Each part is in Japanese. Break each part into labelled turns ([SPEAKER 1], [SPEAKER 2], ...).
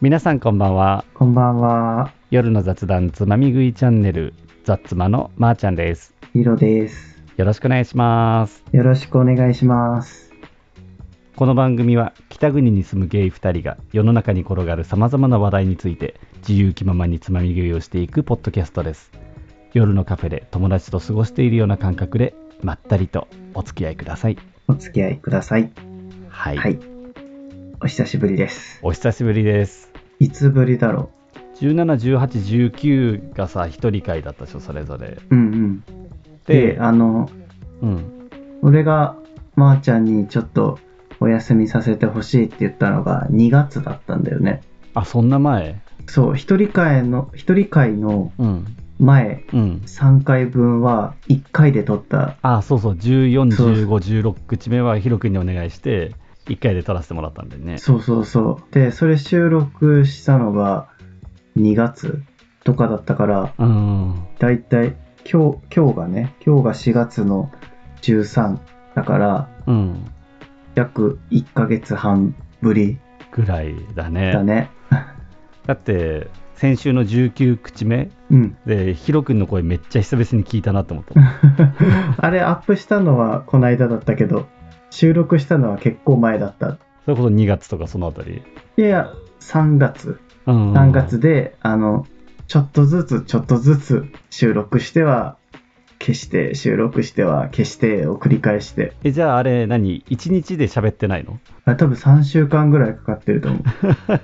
[SPEAKER 1] 皆さんこんばんは
[SPEAKER 2] こんばんは、
[SPEAKER 1] 夜の雑談つまみ食いチャンネルザッツマのまーちゃんです
[SPEAKER 2] ヒロです。
[SPEAKER 1] よろしくお願いします
[SPEAKER 2] よろしくお願いします。
[SPEAKER 1] この番組は北国に住むゲイ2人が世の中に転がるさまざまな話題について自由気ままにつまみ食いをしていくポッドキャストです夜のカフェで友達と過ごしているような感覚でまったりとお付き合いください
[SPEAKER 2] お付き合いください。
[SPEAKER 1] はい、
[SPEAKER 2] はい。お久しぶりです。
[SPEAKER 1] お久しぶりです
[SPEAKER 2] いつぶりだろ
[SPEAKER 1] 171819がさ一人会だったでしょそれぞれ
[SPEAKER 2] う。うんうん。
[SPEAKER 1] で
[SPEAKER 2] で、あの、
[SPEAKER 1] うん
[SPEAKER 2] 俺がまーちゃんにちょっとお休みさせてほしいって言ったのが2月だったんだよね。
[SPEAKER 1] あそんな前
[SPEAKER 2] そう、一人会の、一人会の
[SPEAKER 1] うん
[SPEAKER 2] 前
[SPEAKER 1] うん
[SPEAKER 2] 3回分は1回で撮った。
[SPEAKER 1] あそうそう14、
[SPEAKER 2] そう
[SPEAKER 1] 15、16口目はヒロ君にお願いして1回で撮らせてもらったんだよね
[SPEAKER 2] そうそうそう。で、それ収録したのが2月とかだったから、
[SPEAKER 1] うん
[SPEAKER 2] 大体今日今日がね今日が4月の13だから
[SPEAKER 1] うん
[SPEAKER 2] 約1ヶ月半ぶり
[SPEAKER 1] ぐらいだね
[SPEAKER 2] だね
[SPEAKER 1] だって先週の19口目
[SPEAKER 2] うん
[SPEAKER 1] でヒロ君の声めっちゃ久々に聞いたなと思った
[SPEAKER 2] あれアップしたのはこの間だったけど収録したのは結構前だった
[SPEAKER 1] それこそ2月とかそのあたり、
[SPEAKER 2] いや3月
[SPEAKER 1] うん、
[SPEAKER 2] 3月で、あのちょっとずつちょっとずつ収録しては消して収録しては消してを繰り返して
[SPEAKER 1] えじゃああれ何1日で喋ってないの
[SPEAKER 2] あ多分3週間ぐらいかかってると 思う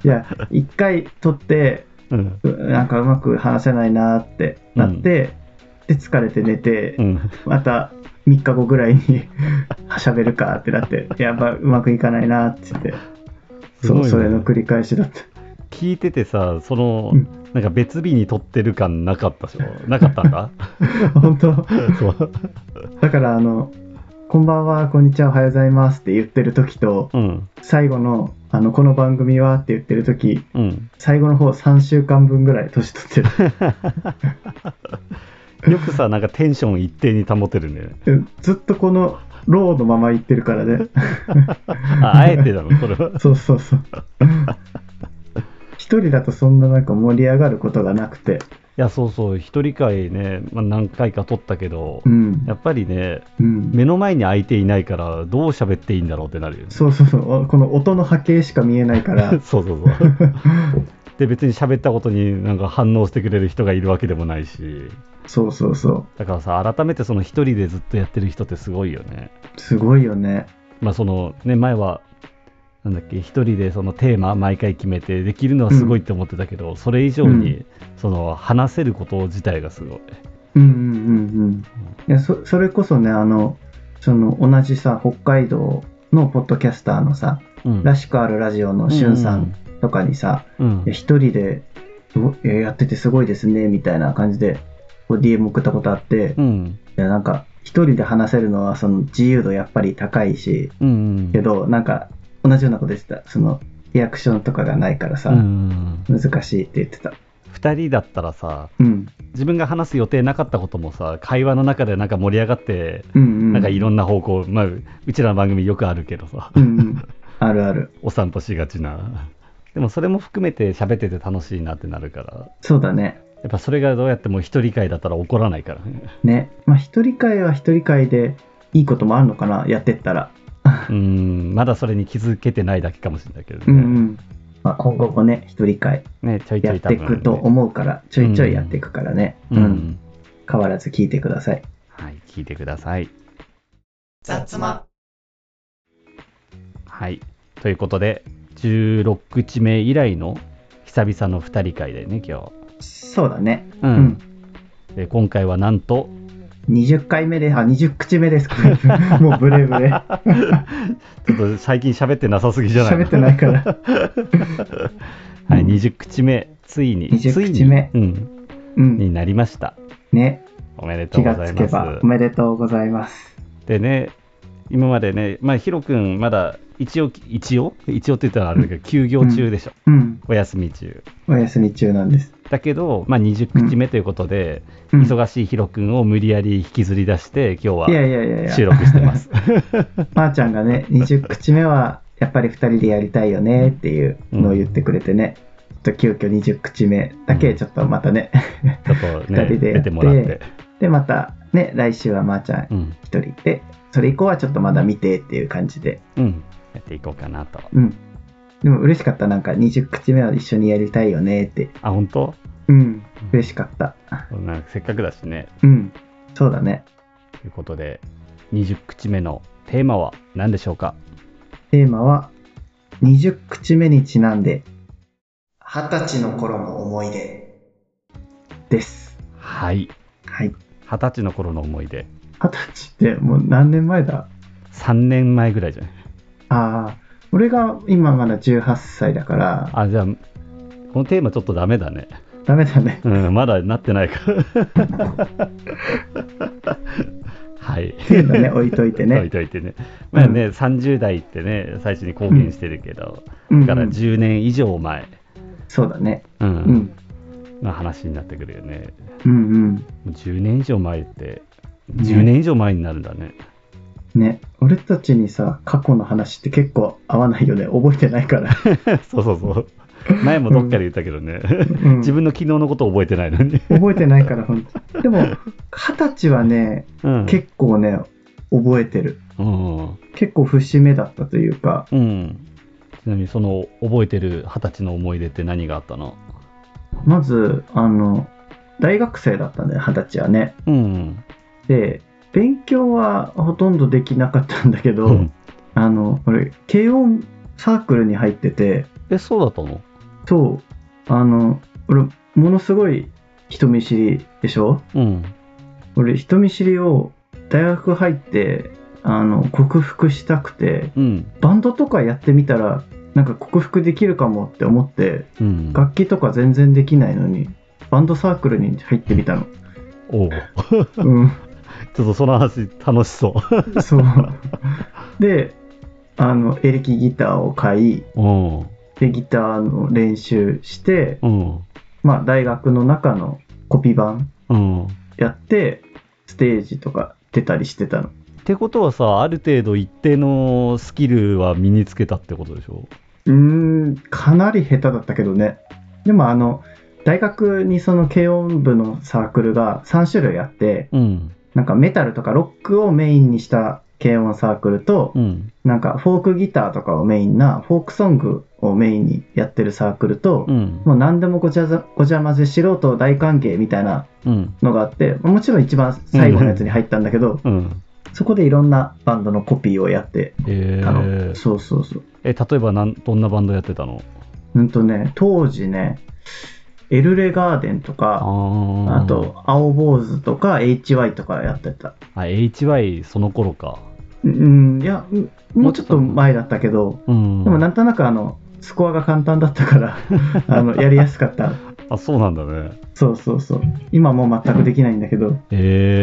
[SPEAKER 2] いや1回撮って
[SPEAKER 1] うん
[SPEAKER 2] うなんかうまく話せないなーってなって、で疲れて寝て、
[SPEAKER 1] うん
[SPEAKER 2] また3日後ぐらいに 喋るかってなってやっぱうまくいかないなーって言って、
[SPEAKER 1] す
[SPEAKER 2] そ
[SPEAKER 1] ごいうね
[SPEAKER 2] それの繰り返しだった
[SPEAKER 1] 聞いててさその、
[SPEAKER 2] うん
[SPEAKER 1] なんか別日に撮ってる感なかったでしょなかったん だ
[SPEAKER 2] 本当
[SPEAKER 1] そう
[SPEAKER 2] だからあの「こんばんはこんにちはおはようございます」って言ってる時と
[SPEAKER 1] うん
[SPEAKER 2] 最後の「あのこの番組は」って言ってる時
[SPEAKER 1] うん
[SPEAKER 2] 最後の方3週間分ぐらい年取って る
[SPEAKER 1] よくさなんかテンション一定に保てるね
[SPEAKER 2] うん ずっとこのローのまま言ってるからね
[SPEAKER 1] ああえてだろそれ は
[SPEAKER 2] そうそうそう。一人だとそんななんか盛り上がることがなくて。
[SPEAKER 1] いやそうそう一人会ね、まあ、何回か撮ったけど、
[SPEAKER 2] うん
[SPEAKER 1] や。っぱりね
[SPEAKER 2] うん、
[SPEAKER 1] 目の前に相手いないからどう喋っていいんだろうってなるよね
[SPEAKER 2] そうそうそう。この音の波形しか見えないか ら。
[SPEAKER 1] そうそうそうで別に喋ったことになんか反応してくれる人がいるわけでもないし
[SPEAKER 2] そうそうそ
[SPEAKER 1] だからさ改めてその一人でずっとやってる人ってすごいよね
[SPEAKER 2] う。すごいよね。
[SPEAKER 1] まあそのね前はなんだっけ一人でそのテーマ毎回決めてできるのはすごいって思ってたけど、それ以上
[SPEAKER 2] う
[SPEAKER 1] にその話せること自体がすごい、
[SPEAKER 2] うんうんうんうん。いやそそれこそね、あの、その同じさ、北海道のポッドキャスターのさ、
[SPEAKER 1] うん、
[SPEAKER 2] らしくあるラジオのしゅんさんとかにさ、
[SPEAKER 1] うん
[SPEAKER 2] いや一人でどういややっててすごいですね、みたいな感じで、こう DM 送ったことあって、
[SPEAKER 1] うん
[SPEAKER 2] いやなんか一人で話せるのはその自由度やっぱり高いし
[SPEAKER 1] うん
[SPEAKER 2] けどなんか同じようなこと言ってたそのリアクションとかがないからさ、
[SPEAKER 1] うん
[SPEAKER 2] 難しいって言ってた
[SPEAKER 1] 2人だったらさ
[SPEAKER 2] うん
[SPEAKER 1] 自分が話す予定なかったこともさ会話の中でなんか盛り上がって
[SPEAKER 2] うんうん
[SPEAKER 1] なんかいろ
[SPEAKER 2] ん
[SPEAKER 1] んな方向、まあ、うちらの番組よくあるけどさ
[SPEAKER 2] うんうんあるある
[SPEAKER 1] お散歩しがちなでもそれも含めて喋ってて楽しいなってなるから
[SPEAKER 2] そうだね
[SPEAKER 1] やっぱそれがどうやっても一人会だったら怒らないから ね
[SPEAKER 2] ねまあ一人会は一人会でいいこともあるのかなやってったら
[SPEAKER 1] うんまだそれに気づけてないだけかもしれないけどね,、
[SPEAKER 2] うんうん、まあ、今後もね一人会
[SPEAKER 1] ねちょいち
[SPEAKER 2] や
[SPEAKER 1] ょ
[SPEAKER 2] っ
[SPEAKER 1] い多
[SPEAKER 2] て
[SPEAKER 1] 分
[SPEAKER 2] いくと思うからちょいちょいやっていくからね
[SPEAKER 1] うん、
[SPEAKER 2] 変わらず聞いてください
[SPEAKER 1] はい聞いてください
[SPEAKER 2] 雑魔
[SPEAKER 1] はいということで16口目以来の久々の2人会だよね今日
[SPEAKER 2] そうだね
[SPEAKER 1] う
[SPEAKER 2] うん
[SPEAKER 1] ん、で今回はなんと
[SPEAKER 2] 20回目で、あ、20口目ですか、 もうブレブレ。
[SPEAKER 1] ちょっと最近喋ってなさすぎじゃない
[SPEAKER 2] 喋ってないから。
[SPEAKER 1] はい、20口目ついに
[SPEAKER 2] 20
[SPEAKER 1] ついに
[SPEAKER 2] 口目
[SPEAKER 1] うん、
[SPEAKER 2] う
[SPEAKER 1] に
[SPEAKER 2] ん。
[SPEAKER 1] なりました
[SPEAKER 2] ね。
[SPEAKER 1] おめでとう
[SPEAKER 2] 気
[SPEAKER 1] ご
[SPEAKER 2] が
[SPEAKER 1] ざい
[SPEAKER 2] つけ
[SPEAKER 1] ま
[SPEAKER 2] ば、
[SPEAKER 1] す
[SPEAKER 2] おめでとうございます。
[SPEAKER 1] でね今までね、まあ、ヒロ君、まだ一応、一応、一応って言ったらあれだけど、休業中でしょ、
[SPEAKER 2] うん。
[SPEAKER 1] お休み中。
[SPEAKER 2] お休み中なんです。
[SPEAKER 1] だけど、まあ、20口目ということで、
[SPEAKER 2] うん
[SPEAKER 1] 忙しいヒロ君を無理やり引きずり出して、今
[SPEAKER 2] いや
[SPEAKER 1] 日
[SPEAKER 2] いやいやい
[SPEAKER 1] は
[SPEAKER 2] や。
[SPEAKER 1] 収録してます。
[SPEAKER 2] まーちゃんがね、20口目はやっぱり2人でやりたいよねっていうのを言ってくれてね、ちょっと急遽20口目だけちょっとまたね、
[SPEAKER 1] ちょっとね、
[SPEAKER 2] 二人でやって
[SPEAKER 1] 出てもらって。
[SPEAKER 2] で、またね、来週はまーちゃん
[SPEAKER 1] うん、
[SPEAKER 2] 1人で、それ以降はちょっとまだ見てっていう感じで、
[SPEAKER 1] うん、やっていこうかなと。
[SPEAKER 2] うん。でも嬉しかった、なんか20口目は一緒にやりたいよねって、
[SPEAKER 1] あ、本当
[SPEAKER 2] うん、嬉しかった。
[SPEAKER 1] そうなんかせっかくだしね。
[SPEAKER 2] うん、そうだね。
[SPEAKER 1] ということで、20口目のテーマは何でしょうか
[SPEAKER 2] テーマは、20口目にちなんで、二十歳の頃の思い出です。
[SPEAKER 1] はい、
[SPEAKER 2] はい。
[SPEAKER 1] 二十歳の頃の思い出。
[SPEAKER 2] 二十歳ってもう何年前だ
[SPEAKER 1] 3年前ぐらいじゃない
[SPEAKER 2] ああ俺が今まだ18歳だから
[SPEAKER 1] あ、じゃあ、このテーマちょっとダメだね。
[SPEAKER 2] ダメ だね
[SPEAKER 1] うん、まだなってない から。はい。
[SPEAKER 2] っていうのね置いといて
[SPEAKER 1] 置い
[SPEAKER 2] ね
[SPEAKER 1] といてね。まあね、30代ってね、最初に公言してるけど、
[SPEAKER 2] うん
[SPEAKER 1] だから
[SPEAKER 2] うん
[SPEAKER 1] 10年以上前、
[SPEAKER 2] そうだね
[SPEAKER 1] うん
[SPEAKER 2] うん
[SPEAKER 1] の話になってくるよね。
[SPEAKER 2] うんうん
[SPEAKER 1] 10年以上前って、
[SPEAKER 2] ね
[SPEAKER 1] 10年以上前になるんだね。
[SPEAKER 2] ね俺たちにさ過去の話って結構合わないよね覚えてないから、
[SPEAKER 1] そうそうそう。前もどっかで言ったけどね、
[SPEAKER 2] うん、
[SPEAKER 1] 自分の昨日のこと覚えてないのに。
[SPEAKER 2] 覚えてないから本当でも二十歳はね
[SPEAKER 1] うん
[SPEAKER 2] 結構ね覚えてる
[SPEAKER 1] うん
[SPEAKER 2] 結構節目だったというか
[SPEAKER 1] うん。ちなみにその覚えてる二十歳の思い出って何があったの
[SPEAKER 2] まずあの大学生だったんだよ二十歳はね
[SPEAKER 1] うん。
[SPEAKER 2] で勉強はほとんどできなかったんだけど、
[SPEAKER 1] うん
[SPEAKER 2] あの俺軽音サークルに入ってて
[SPEAKER 1] え、そうだったの
[SPEAKER 2] そうあの俺ものすごい人見知りでしょ
[SPEAKER 1] うん。
[SPEAKER 2] 俺人見知りを大学入ってあの克服したくて
[SPEAKER 1] うん。
[SPEAKER 2] バンドとかやってみたらなんか克服できるかもって思って
[SPEAKER 1] うん。
[SPEAKER 2] 楽器とか全然できないのにバンドサークルに入ってみたの
[SPEAKER 1] おう
[SPEAKER 2] うん
[SPEAKER 1] ちょっとその話楽しそ。
[SPEAKER 2] そうであのエレキギターを買いう
[SPEAKER 1] うん。
[SPEAKER 2] でギターの練習して、
[SPEAKER 1] うん。
[SPEAKER 2] まあ、大学の中のコピー版
[SPEAKER 1] うん。っ
[SPEAKER 2] やってステージとか出たりしてたの
[SPEAKER 1] てことはさ、ある程度一定のスキルは身につけたってことでしょ
[SPEAKER 2] うーんかなり下手だったけどねでもあの大学にその軽音部のサークルが3種類あって
[SPEAKER 1] うん。
[SPEAKER 2] なんかメタルとかロックをメインにした軽音サークルと、
[SPEAKER 1] うん。
[SPEAKER 2] なんかフォークギターとかをメインなフォークソングをメインにやってるサークルと、
[SPEAKER 1] うん。
[SPEAKER 2] もう何でもごちゃざごちゃ混ぜ素人大歓迎みたいな
[SPEAKER 1] うん。
[SPEAKER 2] のがあってまあもちろん一番最後のやつに入ったんだけど、
[SPEAKER 1] うん。
[SPEAKER 2] そこでいろんなバンドのコピーをやって
[SPEAKER 1] え
[SPEAKER 2] たの、
[SPEAKER 1] ー、
[SPEAKER 2] そうそうそう
[SPEAKER 1] え、例えばなんどんなバンドやってたの
[SPEAKER 2] うんとね当時ねエルレガーデンと
[SPEAKER 1] あ
[SPEAKER 2] か
[SPEAKER 1] ー
[SPEAKER 2] あと青坊主とか HY とかやってた
[SPEAKER 1] あ、HY その頃か。
[SPEAKER 2] うんいやうんもうちょっと前だったけど
[SPEAKER 1] うん。
[SPEAKER 2] でもなんとなくあのスコアが簡単だったからあのやりやすかった
[SPEAKER 1] あ、そうなんだね。
[SPEAKER 2] そうそうそう今もう全くできないんだけど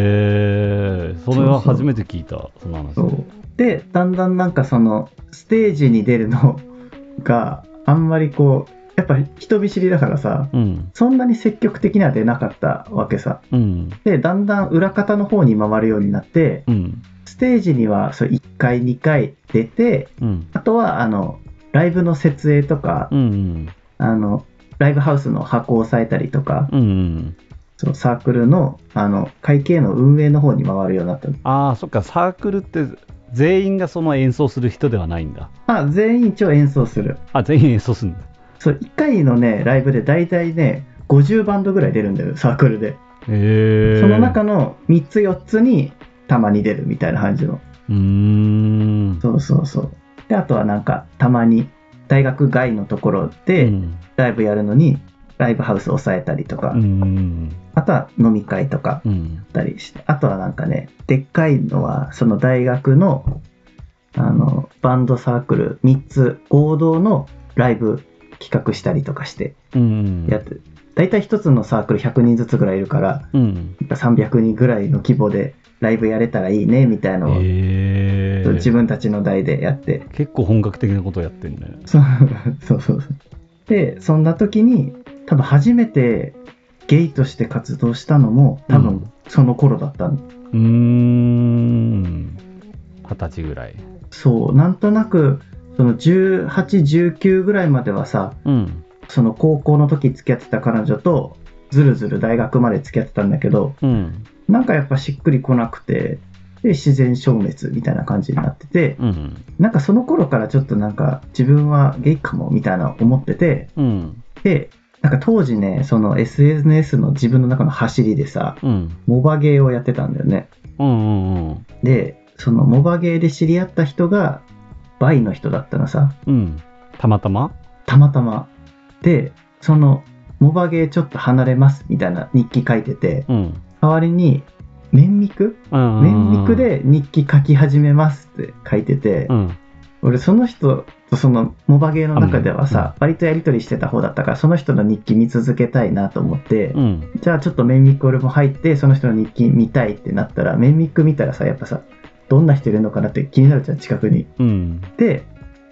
[SPEAKER 1] えー、それは初めて聞いた、その話。
[SPEAKER 2] そうでだんだんなんかそのステージに出るの があんまりこうやっぱ人見知りだからさ
[SPEAKER 1] うん、
[SPEAKER 2] そんなに積極的には出なかったわけさ
[SPEAKER 1] うん、
[SPEAKER 2] でだんだん裏方の方に回るようになって
[SPEAKER 1] うん、
[SPEAKER 2] ステージにはそう1回2回出て
[SPEAKER 1] うん、
[SPEAKER 2] あとはあのライブの設営とか、
[SPEAKER 1] うん、
[SPEAKER 2] あのライブハウスの箱を押さえたりとか、
[SPEAKER 1] うん。
[SPEAKER 2] そうサークルのあの会計の運営の方に回るようになった
[SPEAKER 1] ああ、そっか、サークルって全員がその演奏する人ではないんだ。
[SPEAKER 2] あ全員一応演奏する
[SPEAKER 1] あ、全員演奏するんだ。
[SPEAKER 2] そう、1回のね、ライブで大体ね、50バンドぐらい出るんだよ、サークルで。
[SPEAKER 1] へえー。
[SPEAKER 2] その中の3つ、4つにたまに出るみたいな感じの。
[SPEAKER 1] うーん。
[SPEAKER 2] そうそうそう。で、あとはなんか、たまに大学外のところ
[SPEAKER 1] う
[SPEAKER 2] で
[SPEAKER 1] ん。
[SPEAKER 2] ライブやるのに、ライブハウス押さえたりとか、
[SPEAKER 1] うん。
[SPEAKER 2] あとは飲み会とか
[SPEAKER 1] うん。
[SPEAKER 2] あったりして、あとはなんかね、でっかいのは、その大学の、あの、バンドサークル3つ合同のライブ企画したりとかして、
[SPEAKER 1] うん。
[SPEAKER 2] やって大体一つのサークル100人ずつぐらいいるから
[SPEAKER 1] うん。
[SPEAKER 2] 300人ぐらいの規模でライブやれたらいいねみたいなのを
[SPEAKER 1] へえ
[SPEAKER 2] と自
[SPEAKER 1] 分
[SPEAKER 2] 分たちの代でやって
[SPEAKER 1] 結構本格的なことやってんね
[SPEAKER 2] そう そうそうそう。で、そんな時に、多分初めてゲイとして活動したのも、多
[SPEAKER 1] う
[SPEAKER 2] 分
[SPEAKER 1] ん
[SPEAKER 2] その頃だったの、
[SPEAKER 1] うーん二十歳ぐらい
[SPEAKER 2] そう、なんとなく、その18、19ぐらいまではさ、
[SPEAKER 1] うん
[SPEAKER 2] その高校の時付き合ってた彼女と、ずるずる大学まで付き合ってたんだけど、
[SPEAKER 1] うん
[SPEAKER 2] なんかやっぱしっくりこなくて、で、自然消滅みたいな感じになってて、
[SPEAKER 1] うん
[SPEAKER 2] なんかその頃からちょっとなんか自分はゲイかもみたいな思ってて、
[SPEAKER 1] うん
[SPEAKER 2] で、なんか当時ね、その SNS の自分の中の走りでさ、
[SPEAKER 1] うん
[SPEAKER 2] モバゲーをやってたんだよね。
[SPEAKER 1] うんうん
[SPEAKER 2] で、そのモバゲーで知り合った人が、バイの人だったのさ、
[SPEAKER 1] うんたまたま
[SPEAKER 2] たまたま。で、その、モバゲーちょっと離れますみたいな日記書いてて、
[SPEAKER 1] うん
[SPEAKER 2] 代わりに、綿密
[SPEAKER 1] うん
[SPEAKER 2] 綿密で日記書き始めますって書いてて
[SPEAKER 1] う、ん
[SPEAKER 2] 俺その人とそのモバゲーの中ではさ、割とやりとりしてた方だったから、その人の日記見続けたいなと思って、
[SPEAKER 1] うん
[SPEAKER 2] じゃあちょっとメンミック俺も入ってその人の日記見たいってなったらメンミック見たらさやっぱさどんな人いるのかなって気になるじゃん近くに。
[SPEAKER 1] うん
[SPEAKER 2] で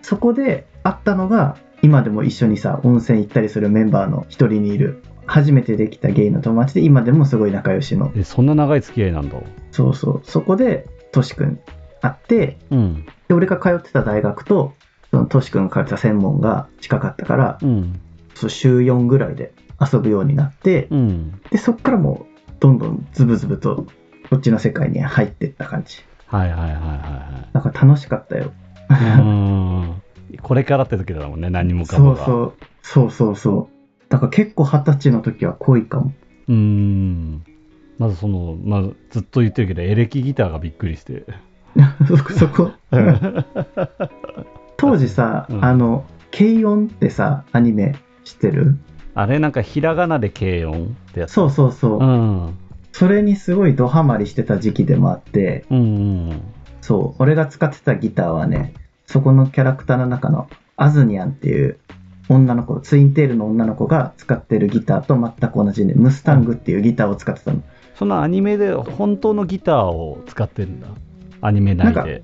[SPEAKER 2] そこで会ったのが今でも一緒にさ温泉行ったりするメンバーの一人にいる初めてできたゲイの友達で今でもすごい仲良しの
[SPEAKER 1] えそんな長い付き合いなんだ
[SPEAKER 2] そうそうそこでトシ君会って
[SPEAKER 1] うん
[SPEAKER 2] で俺が通ってた大学とそのトシ君が通ってた専門が近かったから
[SPEAKER 1] うん
[SPEAKER 2] そう週4ぐらいで遊ぶようになって
[SPEAKER 1] うん
[SPEAKER 2] でそっからもうどんどんズブズブとこっちの世界に入ってった感じ
[SPEAKER 1] はいはいはいは
[SPEAKER 2] なんか楽しかったよ
[SPEAKER 1] いはいうんこれからって時だもんね何もか
[SPEAKER 2] そ
[SPEAKER 1] も
[SPEAKER 2] う
[SPEAKER 1] が
[SPEAKER 2] そううそうそうそうだから結構二十歳の時は濃いかも
[SPEAKER 1] ーんまずその、まあ、ずっと言ってるけどエレキギターがびっくりして
[SPEAKER 2] そこそこ当時さ、
[SPEAKER 1] うん
[SPEAKER 2] あの「軽音」ってさアニメ知ってる
[SPEAKER 1] あれなんかひらがなで軽音ってやつ
[SPEAKER 2] そうそうそう、
[SPEAKER 1] うんうん
[SPEAKER 2] それにすごいドハマりしてた時期でもあって
[SPEAKER 1] うん
[SPEAKER 2] そう俺が使ってたギターはねそこのキャラクターの中のアズニャンっていう女の子ツインテールの女の子が使ってるギターと全く同じねムスタングっていうギターを使ってたの
[SPEAKER 1] そのアニメで本当のギターを使ってるんだアニメ内
[SPEAKER 2] なん
[SPEAKER 1] で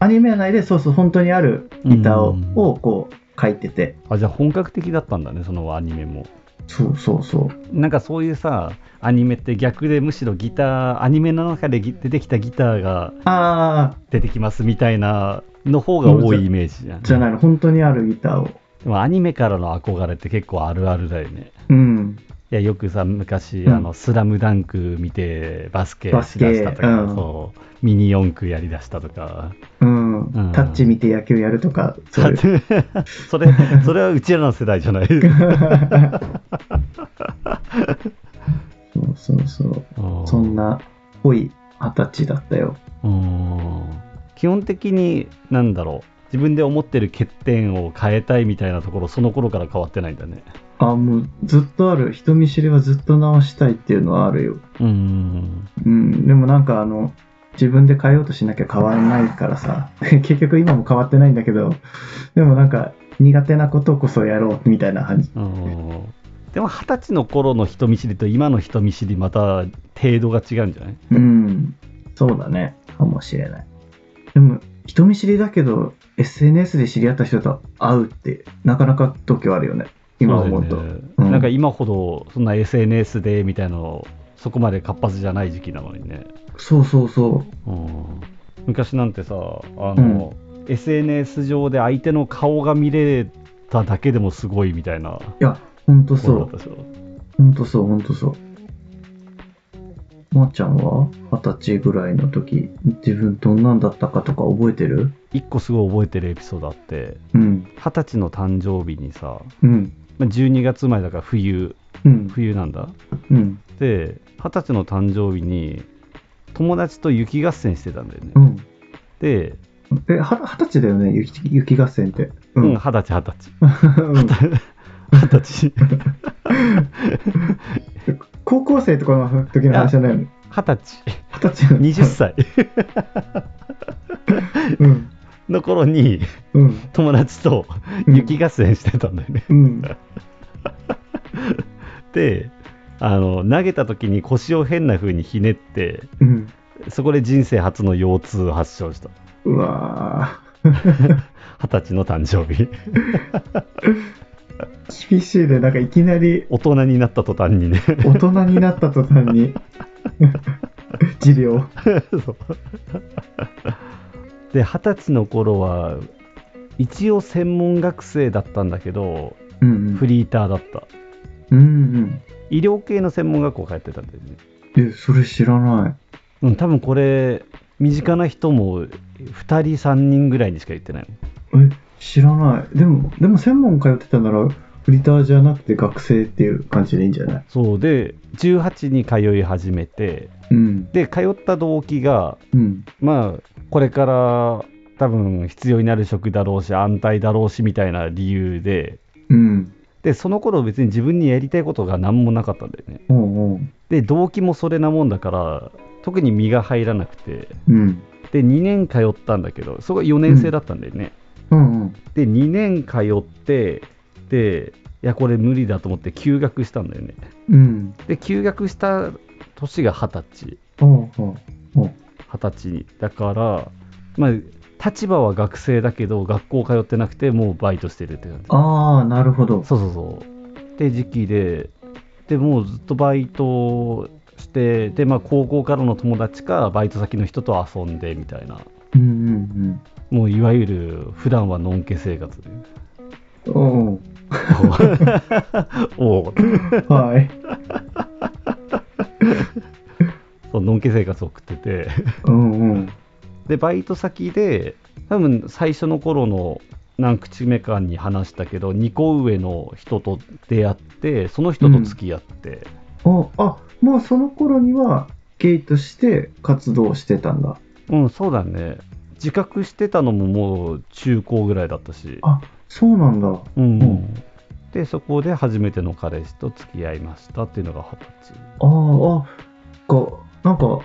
[SPEAKER 2] アニメ内でそうそう本当にあるギターを,、
[SPEAKER 1] うん
[SPEAKER 2] をこう書いてて
[SPEAKER 1] あじゃあ本格的だったんだねそのアニメも
[SPEAKER 2] そうそうそう
[SPEAKER 1] なんかそういうさアニメって逆でむしろギターアニメの中でぎ出てきたギターが
[SPEAKER 2] ああ
[SPEAKER 1] 出てきますみたいなの方が多いイメージじゃん
[SPEAKER 2] じゃないの本当にあるギターを
[SPEAKER 1] でもアニメからの憧れって結構あるあるだよね
[SPEAKER 2] うん
[SPEAKER 1] いやよくさ昔、
[SPEAKER 2] うん
[SPEAKER 1] あの「スラムダンク見てバスケ
[SPEAKER 2] バ
[SPEAKER 1] し
[SPEAKER 2] スケ
[SPEAKER 1] だしたとか、
[SPEAKER 2] うん
[SPEAKER 1] そうミニ四駆やりだしたとか
[SPEAKER 2] うん、
[SPEAKER 1] ん
[SPEAKER 2] タッチ見て野球やるとかそ れ
[SPEAKER 1] それそれはうちらの世代じゃないう
[SPEAKER 2] そうそうそうそんな濃い二十歳だったよ
[SPEAKER 1] うん基本的になんだろう自分で思ってる欠点を変えたいみたいなところその頃から変わってないんだね
[SPEAKER 2] あもうずっとある人見知りはずっと直したいっていうのはあるよ
[SPEAKER 1] うん
[SPEAKER 2] うんでもなんかあの自分で変えようとしなきゃ変わらないからさ 結局今も変わってないんだけどでもなんか苦手なことこそやろうみたいな感じ
[SPEAKER 1] うんでも二十歳の頃の人見知りと今の人見知りまた程度が違うんじゃない
[SPEAKER 2] うんそうだねかもしれないでも人見知りだけど SNS で知り合った人と会うってなかなか度胸あるよね今思うと
[SPEAKER 1] そうだよね
[SPEAKER 2] うん
[SPEAKER 1] なんか今ほどそんな SNS でみたいなのそこまで活発じゃない時期なのにね、
[SPEAKER 2] そうそうそう
[SPEAKER 1] うん昔なんてさあの、SNS 上で相手の顔が見れただけでもすごいみたいない
[SPEAKER 2] やほんと
[SPEAKER 1] そ
[SPEAKER 2] そう
[SPEAKER 1] だっ
[SPEAKER 2] う
[SPEAKER 1] たでしょ
[SPEAKER 2] ほんとそうほんとそうまー、ちゃんは二十歳ぐらいの時自分どんなんだったかとか覚えてる
[SPEAKER 1] 一個すごい覚えてるエピソードあって
[SPEAKER 2] うん
[SPEAKER 1] 二十歳の誕生日にさ
[SPEAKER 2] うん
[SPEAKER 1] まあ12月生まれだから冬
[SPEAKER 2] うん
[SPEAKER 1] 冬なんだ
[SPEAKER 2] うん
[SPEAKER 1] で二十歳の誕生日に友達と雪合戦してたんだよね、
[SPEAKER 2] うん
[SPEAKER 1] で、
[SPEAKER 2] えは二十歳だよね雪雪合戦って
[SPEAKER 1] う
[SPEAKER 2] う
[SPEAKER 1] んん、二十歳二十歳
[SPEAKER 2] うん
[SPEAKER 1] 二十歳
[SPEAKER 2] 高校生とかの時の話じゃないの
[SPEAKER 1] 二十歳
[SPEAKER 2] 二十歳
[SPEAKER 1] 20歳
[SPEAKER 2] うん
[SPEAKER 1] の頃に
[SPEAKER 2] うん
[SPEAKER 1] 友達と
[SPEAKER 2] うん
[SPEAKER 1] 雪合戦してたんだよね、
[SPEAKER 2] うん
[SPEAKER 1] であの投げた時に腰を変な風にひねって
[SPEAKER 2] うん
[SPEAKER 1] そこで人生初の腰痛を発症した
[SPEAKER 2] うわ
[SPEAKER 1] 二十歳の誕生日
[SPEAKER 2] ー 厳しいねなんかいきなり
[SPEAKER 1] 大人になった途端にね
[SPEAKER 2] 大人になった途端 に持病
[SPEAKER 1] そうで二十歳の頃は一応専門学生だったんだけど
[SPEAKER 2] うんうん
[SPEAKER 1] フリーターだった
[SPEAKER 2] うん
[SPEAKER 1] 医療系の専門学校通ってたんだよね
[SPEAKER 2] うんえそれ知らない
[SPEAKER 1] うん多分これ身近な人も2人3人ぐらいにしか言ってないの
[SPEAKER 2] え知らないでもでも専門通ってたならフリーターじゃなくて学生っていう感じでいいんじゃない
[SPEAKER 1] そうで18に通い始めて
[SPEAKER 2] うん
[SPEAKER 1] で通った動機が
[SPEAKER 2] うん
[SPEAKER 1] まあこれから多分必要になる職だろうし安泰だろうしみたいな理由で
[SPEAKER 2] うん
[SPEAKER 1] でその頃別に自分にやりたいことが何もなかったんだよね
[SPEAKER 2] おうおう
[SPEAKER 1] で動機もそれなもんだから特に身が入らなくて
[SPEAKER 2] うん
[SPEAKER 1] で2年通ったんだけどそこが4年生だったんだよね、
[SPEAKER 2] うんうん
[SPEAKER 1] で2年通ってでいやこれ無理だと思って休学したんだよね
[SPEAKER 2] うん
[SPEAKER 1] で休学した年が二十歳
[SPEAKER 2] おうおう
[SPEAKER 1] 二十歳にだからまあ立場は学生だけど学校通ってなくてもうバイトしてるって感じ
[SPEAKER 2] ああなるほど
[SPEAKER 1] そうそうそうで時期ででもうずっとバイトしてでまあ高校からの友達かバイト先の人と遊んでみたいな
[SPEAKER 2] うんうん
[SPEAKER 1] もういわゆる普段はのんけ生活
[SPEAKER 2] うんおう
[SPEAKER 1] おう
[SPEAKER 2] おうはい
[SPEAKER 1] そうのんけ生活を送ってて
[SPEAKER 2] うんうん
[SPEAKER 1] でバイト先で多分最初の頃の何口目かに話したけど2個上の人と出会ってその人と付き合って、
[SPEAKER 2] おあもうその頃にはゲイとして活動してたんだ
[SPEAKER 1] うん、そうだね自覚してたのももう中高ぐらいだったし
[SPEAKER 2] あそうなんだ
[SPEAKER 1] うん、
[SPEAKER 2] うん
[SPEAKER 1] でそこで初めての彼氏と付き合いましたっていうのが二十歳
[SPEAKER 2] あーあかなんか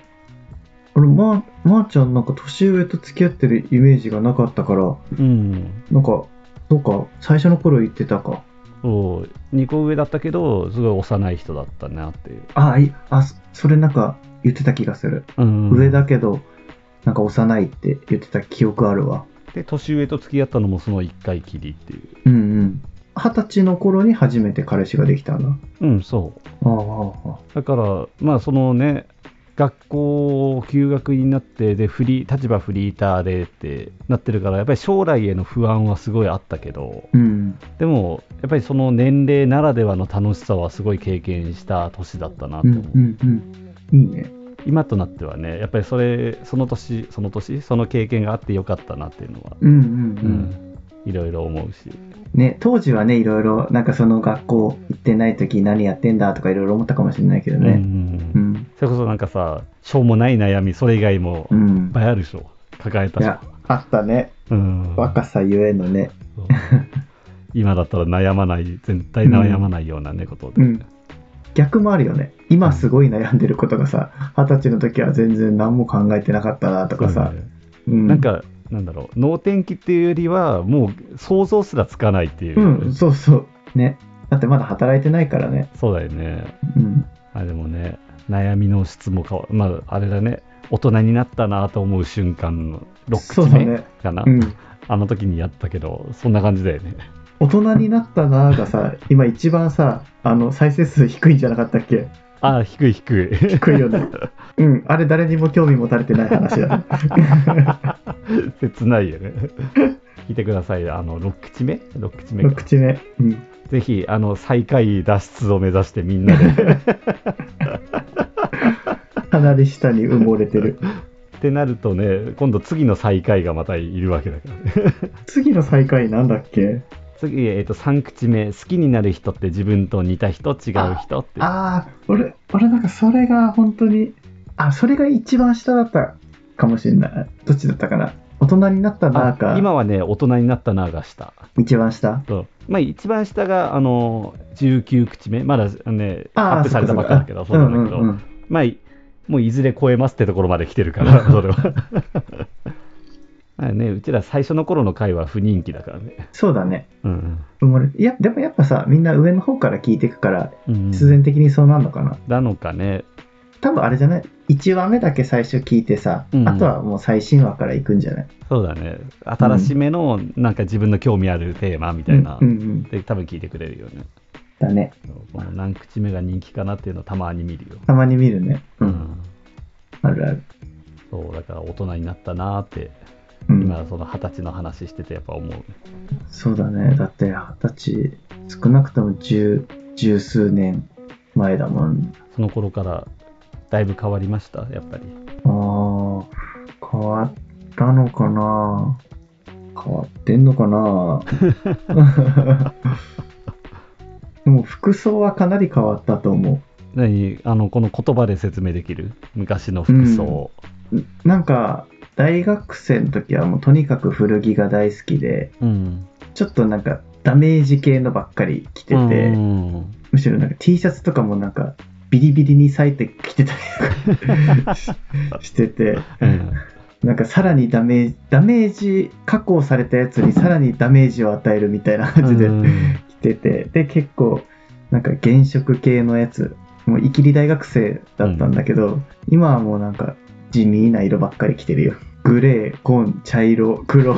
[SPEAKER 2] あれまー、まーちゃんなんか年上と付き合ってるイメージがなかったから
[SPEAKER 1] うん
[SPEAKER 2] なんかそうか最初の頃言ってたか
[SPEAKER 1] そう2個上だったけどすごい幼い人だったなっていう、
[SPEAKER 2] あいあそそれなんか言ってた気がする、
[SPEAKER 1] うん、
[SPEAKER 2] 上だけどなんか幼いって言ってた記憶あるわ
[SPEAKER 1] で年上と付き合ったのもその1回きりっていう
[SPEAKER 2] うんうん二十歳の頃に初めて彼氏ができたんだ
[SPEAKER 1] うんそう
[SPEAKER 2] あーあ
[SPEAKER 1] だからまあそのね学校休学になってでフリー立場フリーターでってなってるからやっぱり将来への不安はすごいあったけど
[SPEAKER 2] ーうん
[SPEAKER 1] でもやっぱりその年齢ならではの楽しさはすごい経験した年だったな
[SPEAKER 2] う
[SPEAKER 1] と
[SPEAKER 2] ん
[SPEAKER 1] 思う、
[SPEAKER 2] うんうんいいね
[SPEAKER 1] 今となってはねやっぱりそれその年その年その経験があってよかったなっていうのは、
[SPEAKER 2] うんう
[SPEAKER 1] う
[SPEAKER 2] んうん、
[SPEAKER 1] んいろいろ思うし
[SPEAKER 2] ね、当時はねいろいろなんかその学校行ってない時何やってんだとかいろいろ思ったかもしれないけど
[SPEAKER 1] うんう
[SPEAKER 2] ねうんん
[SPEAKER 1] それこそなんかさしょうもない悩みそれ以外も
[SPEAKER 2] う
[SPEAKER 1] いっ
[SPEAKER 2] ん、
[SPEAKER 1] ぱいあるでしょ抱えた
[SPEAKER 2] い
[SPEAKER 1] し
[SPEAKER 2] やあったね
[SPEAKER 1] うん
[SPEAKER 2] 若さゆえのね
[SPEAKER 1] そう今だったら悩まない絶対悩まないようなね、ことで、
[SPEAKER 2] うん逆もあるよね今すごい悩んでることがさ二十歳の時は全然何も考えてなかったなとかさ、
[SPEAKER 1] そうね
[SPEAKER 2] うん、
[SPEAKER 1] なんかなんだろう脳天気っていうよりはもう想像すらつかないっていう、
[SPEAKER 2] うんそうそうねだってまだ働いてないからね
[SPEAKER 1] そうだよね
[SPEAKER 2] うん
[SPEAKER 1] あでもね悩みの質も変わまああれだね大人になったなと思う瞬間の6
[SPEAKER 2] そう
[SPEAKER 1] 口
[SPEAKER 2] だ
[SPEAKER 1] 目
[SPEAKER 2] ね
[SPEAKER 1] かな、
[SPEAKER 2] うん
[SPEAKER 1] あの時にやったけどそんな感じだよね
[SPEAKER 2] 大人になったながさ今一番さあの再生数低いんじゃなかったっけ
[SPEAKER 1] あ低い低い
[SPEAKER 2] 低い よねうんあれ誰にも興味持たれてない話だね
[SPEAKER 1] 切ないよね聞いてくださいあの6口目6口目か
[SPEAKER 2] 6口目、うん、
[SPEAKER 1] ぜひあの最下位脱出を目指してみん なで
[SPEAKER 2] 離れ下に埋もれてる
[SPEAKER 1] ってなるとね今度次の最下位がまたいるわけだからね
[SPEAKER 2] 次の最下位なんだっけ
[SPEAKER 1] 次、えー、と3口目好きになる人って自分と似た人違う人って
[SPEAKER 2] ああ俺俺なんかそれが本当にあそれが一番下だったかもしれないどっちだったかな大人になったなーか
[SPEAKER 1] 今はね大人になったながした
[SPEAKER 2] 一番下
[SPEAKER 1] そうまあ一番下があの19口目まだね
[SPEAKER 2] あー
[SPEAKER 1] アップされたばっかだけど
[SPEAKER 2] そ
[SPEAKER 1] そう
[SPEAKER 2] っ
[SPEAKER 1] な
[SPEAKER 2] か
[SPEAKER 1] んだけど、
[SPEAKER 2] うんうんうん
[SPEAKER 1] まあいもういずれ超えますってところまで来てるからそれはまあねうちら最初の頃の回は不人気だからね
[SPEAKER 2] そうだね
[SPEAKER 1] うん
[SPEAKER 2] 埋もれいやでもやっぱさみんな上の方から聞いていくから
[SPEAKER 1] うん
[SPEAKER 2] 必然的にそうなんのかな、
[SPEAKER 1] なのかね
[SPEAKER 2] 多分あれじゃない ?1 話目だけ最初聞いてさ、
[SPEAKER 1] うん
[SPEAKER 2] あとはもう最新話から行くんじゃない
[SPEAKER 1] そうだね新しめのなんか自分の興味あるテーマみたいな、
[SPEAKER 2] うんうんうん、
[SPEAKER 1] で多分聞いてくれるよね
[SPEAKER 2] だね。
[SPEAKER 1] この何口目が人気かなっていうのをたまに見るよ、
[SPEAKER 2] たまに見るね。うん。
[SPEAKER 1] うん
[SPEAKER 2] あるある。
[SPEAKER 1] そうだから大人になったなーって
[SPEAKER 2] うん、
[SPEAKER 1] 今その二十歳の話しててやっぱ思う
[SPEAKER 2] そうだね。だって二十歳、少なくとも十、十数年前だもん。
[SPEAKER 1] その頃からだいぶ変わりましたやっぱり
[SPEAKER 2] ああ、変わったのかな変わってんのか な でも服装はかなり変わったと思
[SPEAKER 1] 何あのこの言葉で説明できる昔の服装、
[SPEAKER 2] う。なんか、大学生の時はもうとにかく古着が大好きで、
[SPEAKER 1] うん、
[SPEAKER 2] ちょっとなんかダメージ系のばっかり着てて、
[SPEAKER 1] うん
[SPEAKER 2] むしろなんか T シャツとかもなんかビリビリに裂いて着てたりとか ししてて、
[SPEAKER 1] うん
[SPEAKER 2] なんかさらにダメージ、ダメージ、加工されたやつにさらにダメージを与えるみたいな感じで
[SPEAKER 1] うん
[SPEAKER 2] 着てて、で、結構、なんか原色系のやつ、もうイキリ大学生だったんだけど、今はもうなんか地味な色ばっかり着てるよ。グレー、紺、茶色、 黒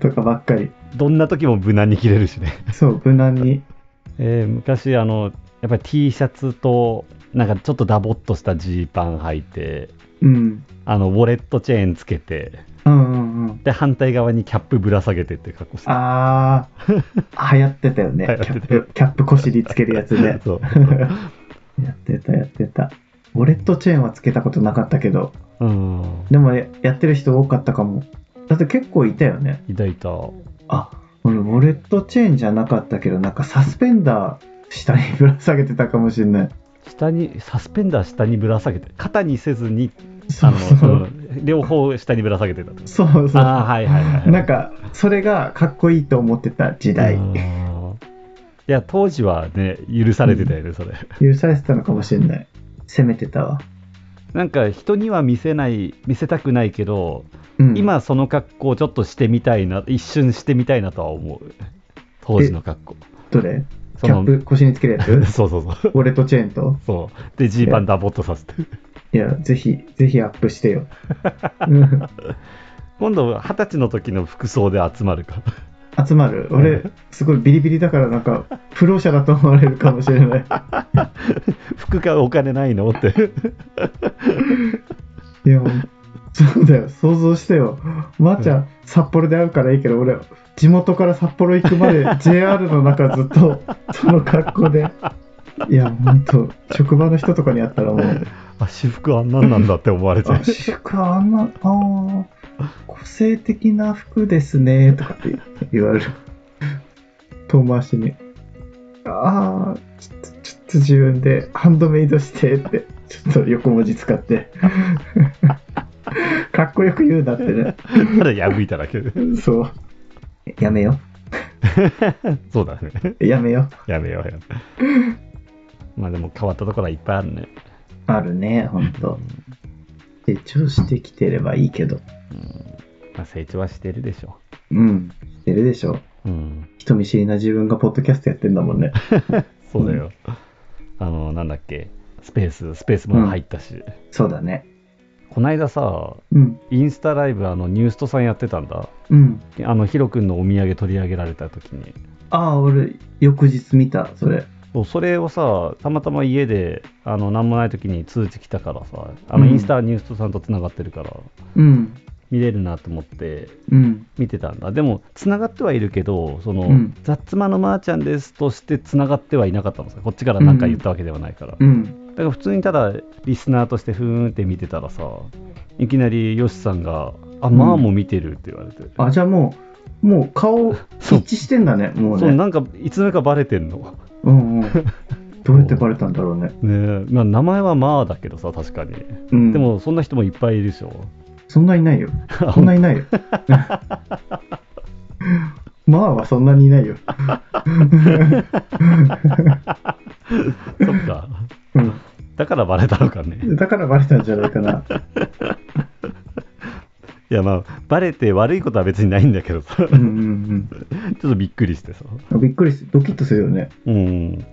[SPEAKER 2] とかばっかり。
[SPEAKER 1] どんな時も無難に着れるしね、
[SPEAKER 2] そう、無難に。
[SPEAKER 1] えー昔あのやっぱり T シャツとなんかちょっとダボっとしたジーパン履いて
[SPEAKER 2] うん。
[SPEAKER 1] あのウォレットチェーンつけて
[SPEAKER 2] うんうんうん。
[SPEAKER 1] で反対側にキャップぶら下げてって格好して
[SPEAKER 2] あー、流行ってたよね。
[SPEAKER 1] 流行
[SPEAKER 2] キャ
[SPEAKER 1] って
[SPEAKER 2] ップ、キャップ腰につけるやつね
[SPEAKER 1] 。そう
[SPEAKER 2] やってた、やってた。ウォレットチェーンはつけたことなかったけど、
[SPEAKER 1] うん
[SPEAKER 2] でもややってる人多かったかも。だって結構いたよね。
[SPEAKER 1] いたいた
[SPEAKER 2] あ、俺、ウォレットチェーンじゃなかったけど、なんかサスペンダー下にぶら下げてたかもしれない。
[SPEAKER 1] 下にサスペンダー下にぶら下げて肩にせずに
[SPEAKER 2] そ
[SPEAKER 1] あ
[SPEAKER 2] うそ
[SPEAKER 1] の
[SPEAKER 2] う。
[SPEAKER 1] うん両方下にぶら下げてたと
[SPEAKER 2] そうそう。
[SPEAKER 1] ああはいはいはい
[SPEAKER 2] なんか、それがかっこいいと思ってた時代。
[SPEAKER 1] うんいや当時はね許されてたよねそれ
[SPEAKER 2] 許されてたのかもしれない。攻めてたわ。
[SPEAKER 1] なんか人には見せない見せたくないけど、
[SPEAKER 2] うん、
[SPEAKER 1] 今その格好をちょっとしてみたいな一瞬してみたいなとは思う当時の格好
[SPEAKER 2] どれ
[SPEAKER 1] そ
[SPEAKER 2] キャ
[SPEAKER 1] の
[SPEAKER 2] ップ腰につけ るやつ
[SPEAKER 1] そうそうそう
[SPEAKER 2] ウォレットチェーンと
[SPEAKER 1] そうでジーパンダボっとさせて
[SPEAKER 2] いや、ぜひ、ぜひアップしてよ。 うん
[SPEAKER 1] 今度二十歳の時の服装で集まるか
[SPEAKER 2] 集まる俺、すごいビリビリだから、なんか、不老者だと思われるかもしれない。
[SPEAKER 1] 服買うお金ないのって
[SPEAKER 2] いや、もうそうだよ、想像してよ。まーちゃん、札幌で会うからいいけど、俺、地元から札幌行く まで JR の中ずっと、その格好で。いや、ほんと、職場の人とかに会ったらもう、
[SPEAKER 1] あ私服あんなんなんだって思われちゃ う
[SPEAKER 2] あ、私服あんな、ああ、個性的な服ですね、とかって言われる。遠回しに。ああ、ちょっと、ちょっと自分でハンドメイドしてって、ちょっと横文字使って。 かっこよく言うなってね。
[SPEAKER 1] ただ破いただけで
[SPEAKER 2] そう。やめよ。
[SPEAKER 1] そうだね
[SPEAKER 2] やめよ。
[SPEAKER 1] やめようやめようまあでも変わったところはいっぱいあるね
[SPEAKER 2] あるね、ほんと。成長してきてればいいけど。
[SPEAKER 1] まあ成長はしてるでしょ
[SPEAKER 2] うん。してるでしょ。
[SPEAKER 1] うん
[SPEAKER 2] 人見知りな自分がポッドキャストやってんだもんね。
[SPEAKER 1] そうだよ、あのなんだっけスペーススペースも入ったし、
[SPEAKER 2] そうだね。
[SPEAKER 1] こないださ
[SPEAKER 2] うん。
[SPEAKER 1] インスタライブあのニューストさんやってたんだ
[SPEAKER 2] うん。
[SPEAKER 1] あのヒロ君のお土産取り上げられた時に
[SPEAKER 2] ああ、俺、翌日見た、それ。
[SPEAKER 1] そうそれをさたまたま家であの何もない時に通知来たからさあの
[SPEAKER 2] うん
[SPEAKER 1] インスタニューストさんとつながってるから、
[SPEAKER 2] うん。
[SPEAKER 1] 見れるなと思って
[SPEAKER 2] うん。
[SPEAKER 1] 見てたんだでもつながってはいるけどその、
[SPEAKER 2] うん
[SPEAKER 1] ザッツマのまーちゃんですとしてつながってはいなかったのさこっちから何か言ったわけではないから、
[SPEAKER 2] うん。
[SPEAKER 1] だから普通にただリスナーとしてふーんって見てたらさいきなりヨシさんが「あ
[SPEAKER 2] うん
[SPEAKER 1] まあも見てる」って言われて、
[SPEAKER 2] あ、じゃあもう、もう顔、
[SPEAKER 1] そう
[SPEAKER 2] 一致してんだね、もう
[SPEAKER 1] そう
[SPEAKER 2] ね。
[SPEAKER 1] なんかいつの間にかバレてんの
[SPEAKER 2] うんうん。どうやってバレたんだろうね。
[SPEAKER 1] ねえ、まあ、名前はまあだけどさ確かに、
[SPEAKER 2] うん。
[SPEAKER 1] で、もそんな人もいっぱいいるでしょ
[SPEAKER 2] そんなにいないよ。そんなにいない よ。まあはそんなにいないよ。
[SPEAKER 1] そっか
[SPEAKER 2] う
[SPEAKER 1] だからバレたのかね
[SPEAKER 2] ん。だからバレたんじゃないかな。
[SPEAKER 1] いやまあバレて悪いことは別にないんだけどさ ちょ
[SPEAKER 2] う
[SPEAKER 1] っ
[SPEAKER 2] んうん
[SPEAKER 1] とびっくりしてさ
[SPEAKER 2] うん。びっくりする。ドキッとするよね。
[SPEAKER 1] うん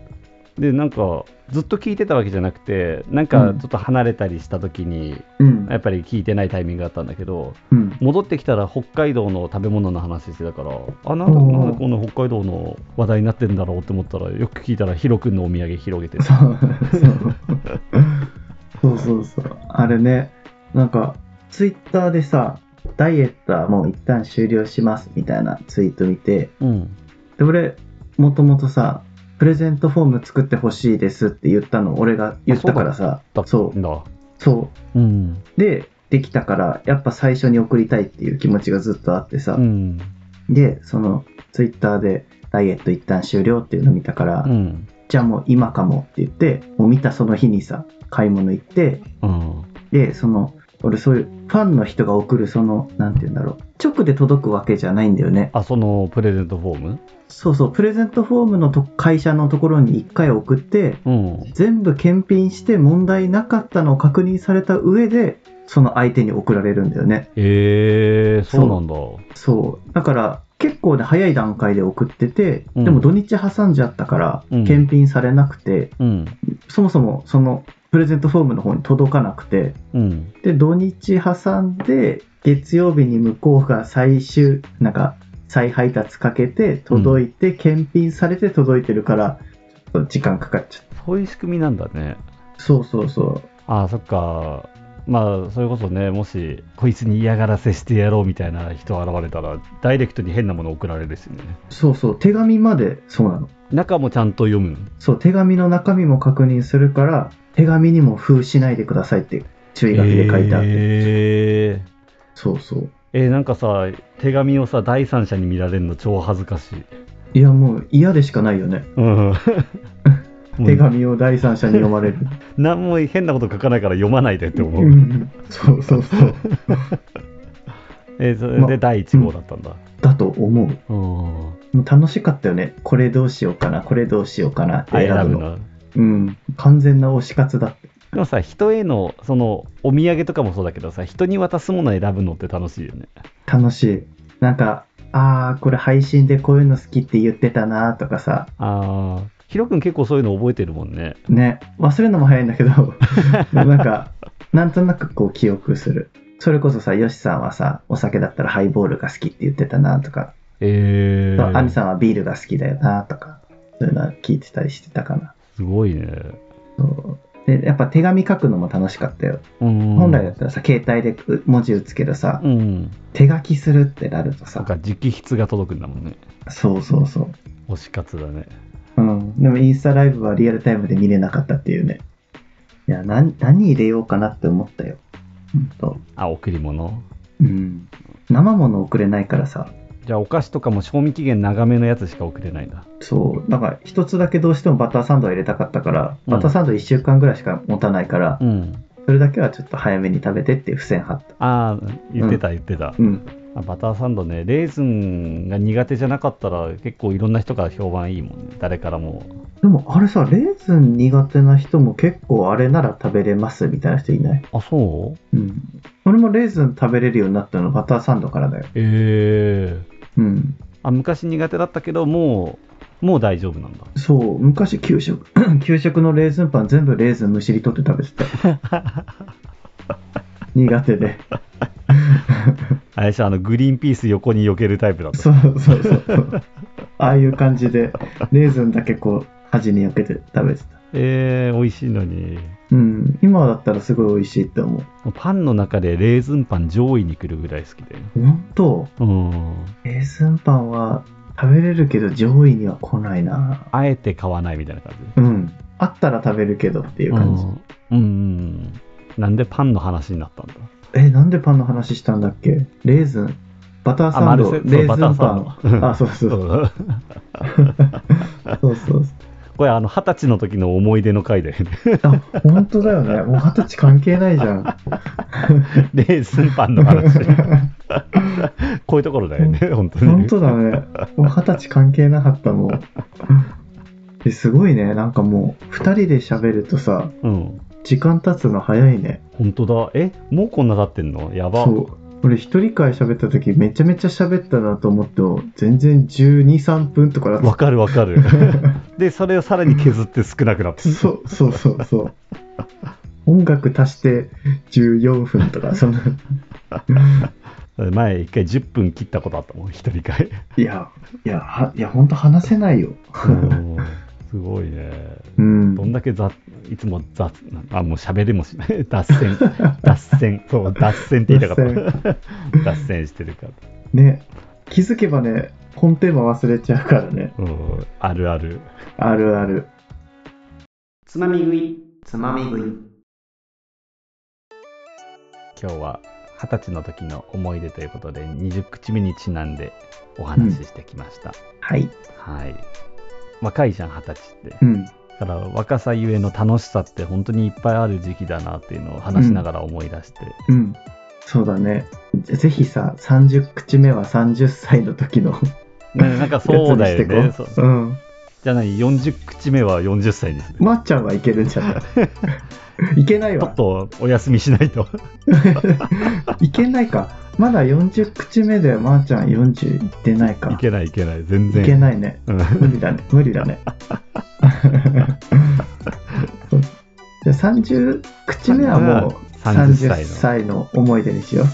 [SPEAKER 1] でなんかずっと聴いてたわけじゃなくてなんか
[SPEAKER 2] うん
[SPEAKER 1] ちょっと離れたりした時に、
[SPEAKER 2] うん
[SPEAKER 1] やっぱり聴いてないタイミングがあったんだけど
[SPEAKER 2] うん
[SPEAKER 1] 戻ってきたら北海道の食べ物の話してたからあなんだ
[SPEAKER 2] おー
[SPEAKER 1] なんでこんな北海道の話題になってんだろうって思ったらよく聞いたらヒロ君のお土産広げて
[SPEAKER 2] そ
[SPEAKER 1] た
[SPEAKER 2] う そうそうそうそうあれねなんかツイッターでさダイエットはもう一旦終了しますみたいなツイート見て
[SPEAKER 1] うん
[SPEAKER 2] で俺もともとさプレゼントフォーム作ってほしいですって言ったの俺が言ったからさ
[SPEAKER 1] だった
[SPEAKER 2] そ
[SPEAKER 1] んだ
[SPEAKER 2] うそう
[SPEAKER 1] うん
[SPEAKER 2] でできたからやっぱ最初に送りたいっていう気持ちがずっとあってさ、
[SPEAKER 1] うん
[SPEAKER 2] でそのツイッターでダイエット一旦終了っていうの見たから、
[SPEAKER 1] うん
[SPEAKER 2] じゃあもう今かもって言ってもう見たその日にさ買い物行って
[SPEAKER 1] うん
[SPEAKER 2] でその俺そういうファンの人が送るそのなんて言うんだろう直で届くわけじゃないんだよね
[SPEAKER 1] あそのプレゼントフォーム
[SPEAKER 2] そうそうプレゼントフォームのと会社のところに1回送って
[SPEAKER 1] うん
[SPEAKER 2] 全部検品して問題なかったのを確認された上でその相手に送られるんだよね
[SPEAKER 1] えー、そうなんだ
[SPEAKER 2] そうだから結構ね早い段階で送ってて、
[SPEAKER 1] うん
[SPEAKER 2] でも土日挟んじゃったから、
[SPEAKER 1] うん
[SPEAKER 2] 検品されなくて
[SPEAKER 1] うん
[SPEAKER 2] そもそもそのプレゼントフォームの方に届かなくて
[SPEAKER 1] うん
[SPEAKER 2] で土日挟んで月曜日に向こうが最終なんか再配達かけて届いて、検品されて届いてるからちょっと時間かかっちゃっ
[SPEAKER 1] そういう仕組みなんだね
[SPEAKER 2] たそうそうそ
[SPEAKER 1] あそっかまあそれこそねもしこいつに嫌がらせしてやろうみたいな人現れたらダイレクトに変なもの送られるしね
[SPEAKER 2] うそうそう手紙までそうなの
[SPEAKER 1] 中もちゃんと読む
[SPEAKER 2] そう手紙の中身も確認するから手紙にも封しないでくださいって注意書きで書いてあって、
[SPEAKER 1] えー
[SPEAKER 2] そうそう
[SPEAKER 1] えーなんかさ手紙をさ第三者に見られるの超恥ずかしい、
[SPEAKER 2] いやもう嫌でしかないよね、
[SPEAKER 1] うん もう
[SPEAKER 2] 手紙を第三者に読まれる
[SPEAKER 1] 何も変なこと書かないから読まないでって思う、
[SPEAKER 2] うんそうそうそう
[SPEAKER 1] えーそれ
[SPEAKER 2] ま
[SPEAKER 1] で第1号だったんだ、
[SPEAKER 2] だと思う
[SPEAKER 1] うん、
[SPEAKER 2] もう楽しかったよねこれどうしようかなこれどうしようかなって
[SPEAKER 1] あ選
[SPEAKER 2] 選ぶ
[SPEAKER 1] ぶ
[SPEAKER 2] の
[SPEAKER 1] な
[SPEAKER 2] うん完全な推し活だって
[SPEAKER 1] でもさ人へのそのお土産とかもそうだけどさ人に渡すもの選ぶのって楽しいよね
[SPEAKER 2] 楽しいなんかあーこれ配信でこういうの好きって言ってたなとかさ
[SPEAKER 1] ああヒロ君結構そういうの覚えてるもんね
[SPEAKER 2] ね忘れるのも早いんだけど でもなんかなんとなくこう記憶するそれこそさヨシさんはさお酒だったらハイボールが好きって言ってたなとか、
[SPEAKER 1] ええ
[SPEAKER 2] アニさんはビールが好きだよなとかそういうのは聞いてたりしてたかな
[SPEAKER 1] すごいね
[SPEAKER 2] そうでやっぱ手紙書くのも楽しかったよ、
[SPEAKER 1] うん
[SPEAKER 2] 本来だったらさ携帯でう文字打つけどさ、
[SPEAKER 1] うん
[SPEAKER 2] 手書きするってなると
[SPEAKER 1] そ
[SPEAKER 2] さ
[SPEAKER 1] っか直筆が届くんだもんね
[SPEAKER 2] そうそうそう
[SPEAKER 1] 推し活だね
[SPEAKER 2] うん、でもインスタライブはリアルタイムで見れなかったっていうねいや何何入れようかなって思ったよほんと
[SPEAKER 1] あ贈り物
[SPEAKER 2] うん生もの送れないからさ
[SPEAKER 1] じゃあお菓子とかも賞味期限長めのやつしか送れないんだ
[SPEAKER 2] そうだから一つだけどうしてもバターサンドは入れたかったから
[SPEAKER 1] うん
[SPEAKER 2] バターサンド1週間ぐらいしか持たないから、
[SPEAKER 1] うん
[SPEAKER 2] それだけはちょっと早めに食べてっていう付箋貼った
[SPEAKER 1] ああ言ってた言ってた、
[SPEAKER 2] うん
[SPEAKER 1] あバターサンドねレーズンが苦手じゃなかったら結構いろんな人から評判いいもんね誰からも
[SPEAKER 2] でもあれさレーズン苦手な人も結構あれなら食べれますみたいな人いない
[SPEAKER 1] あそう
[SPEAKER 2] うん俺もレーズン食べれるようになったのバターサンドからだよ
[SPEAKER 1] ええ
[SPEAKER 2] うん
[SPEAKER 1] あ昔苦手だったけどもうもう大丈夫なんだ
[SPEAKER 2] そう昔給食 給食のレーズンパン全部レーズンむしり取って食べてた 苦手で
[SPEAKER 1] あれでしょあのグリーンピース横に避けるタイプだった
[SPEAKER 2] そうそうそうああいう感じでレーズンだけこう端に避けて食べてた
[SPEAKER 1] えー、美味しいのに
[SPEAKER 2] うん今だったらすごい美味しいって思う
[SPEAKER 1] パンの中でレーズンパン上位に来るぐらい好きで
[SPEAKER 2] 本当
[SPEAKER 1] うん
[SPEAKER 2] レーズンパンは食べれるけど上位には来ないな
[SPEAKER 1] あえて買わないみたいな感じ
[SPEAKER 2] うんあったら食べるけどっていう感じ、
[SPEAKER 1] うんうんうんなんでパンの話になったんだ
[SPEAKER 2] えなんでパンの話したんだっけレーズンバターサンド
[SPEAKER 1] あマルセ
[SPEAKER 2] レーズン
[SPEAKER 1] そ
[SPEAKER 2] パ
[SPEAKER 1] うバターサン
[SPEAKER 2] ン
[SPEAKER 1] ド
[SPEAKER 2] あそうそうそうそう
[SPEAKER 1] これあの二十歳の時の思い出の回だよね
[SPEAKER 2] あ本当だよねもう二十歳関係ないじゃん
[SPEAKER 1] レーズンパンの 話こういうところだよね本当に
[SPEAKER 2] 本当だねもう二十歳関係なかったもんですごいねなんかもう二人で喋るとさ
[SPEAKER 1] うん
[SPEAKER 2] 時間経つの早いね
[SPEAKER 1] 本当だえもうこんな経ってんのやば
[SPEAKER 2] そう俺一人会喋った時めちゃめちゃ喋ったなと思っても全然123分とかだっ
[SPEAKER 1] わかるわか るでそれをさらに削って少なくなって
[SPEAKER 2] たそうそうそうそう 音楽足して14分とかその
[SPEAKER 1] 前一回10分切ったことあったもん 一人会
[SPEAKER 2] いやいやはいや本当話せないよ
[SPEAKER 1] うんすごいね
[SPEAKER 2] うん
[SPEAKER 1] どんだけ雑いつも雑あもう喋りもしない 脱線脱線そう脱線って言いたかった脱線してるから
[SPEAKER 2] ね気づけばね本テーマ忘れちゃうからね
[SPEAKER 1] うんあるある
[SPEAKER 2] あるある
[SPEAKER 3] つまみ食いつまみ食い
[SPEAKER 1] 今日は二十歳の時の思い出ということで20口目にちなんでお話ししてきました、
[SPEAKER 3] はい
[SPEAKER 1] はい若いじゃん二十歳って
[SPEAKER 2] うん
[SPEAKER 1] だから若さゆえの楽しさって本当にいっぱいある時期だなっていうのを話しながら思い出して、
[SPEAKER 2] うんそうだねぜぜひさ30口目は30歳の時の
[SPEAKER 1] ねなんか そうだよ
[SPEAKER 2] や
[SPEAKER 1] ね
[SPEAKER 2] つ
[SPEAKER 1] そう
[SPEAKER 2] にしてこううん
[SPEAKER 1] じゃない40口目は40歳にする
[SPEAKER 2] まっちゃんはいけるんじゃないい けない
[SPEAKER 1] ちょ
[SPEAKER 2] わ
[SPEAKER 1] っとお休みしないと
[SPEAKER 2] いけないかまだ40口目でまーちゃん40いってないか
[SPEAKER 1] いけないいけない全然
[SPEAKER 2] いけないね
[SPEAKER 1] うん
[SPEAKER 2] 無理だね無理だ ねそうじゃあ30口目はもう
[SPEAKER 1] 30歳の
[SPEAKER 2] 30歳の思い出にしよう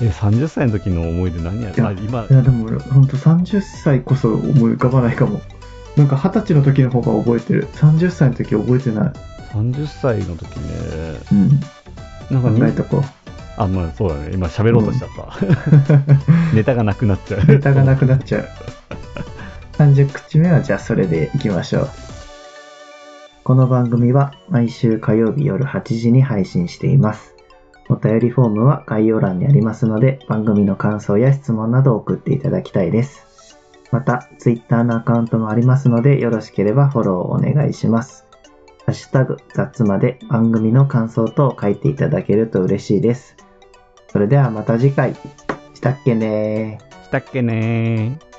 [SPEAKER 1] え30歳の時の思い出何や
[SPEAKER 2] いや
[SPEAKER 1] あ今
[SPEAKER 2] いやでも俺ほんと30歳こそ思い浮かばないかもなんか二十歳の時の方が覚えてる30歳の時覚えてない
[SPEAKER 1] 30歳の時ね
[SPEAKER 2] うん
[SPEAKER 1] なんかに
[SPEAKER 2] 考えとこう
[SPEAKER 1] あまあそうだね今喋ろうとしちゃ った、ネタがなくなっちゃう
[SPEAKER 2] ネタ がなくなっちゃう30口目はじゃあそれでいきましょうこの番組は毎週火曜日夜8時に配信していますお便りフォームは概要欄にありますので番組の感想や質問などを送っていただきたいですまた Twitter のアカウントもありますのでよろしければフォローをお願いしますハッシュタグ雑まで番組の感想等を書いていただけると嬉しいですそれではまた次回したっけねー
[SPEAKER 1] したっけねー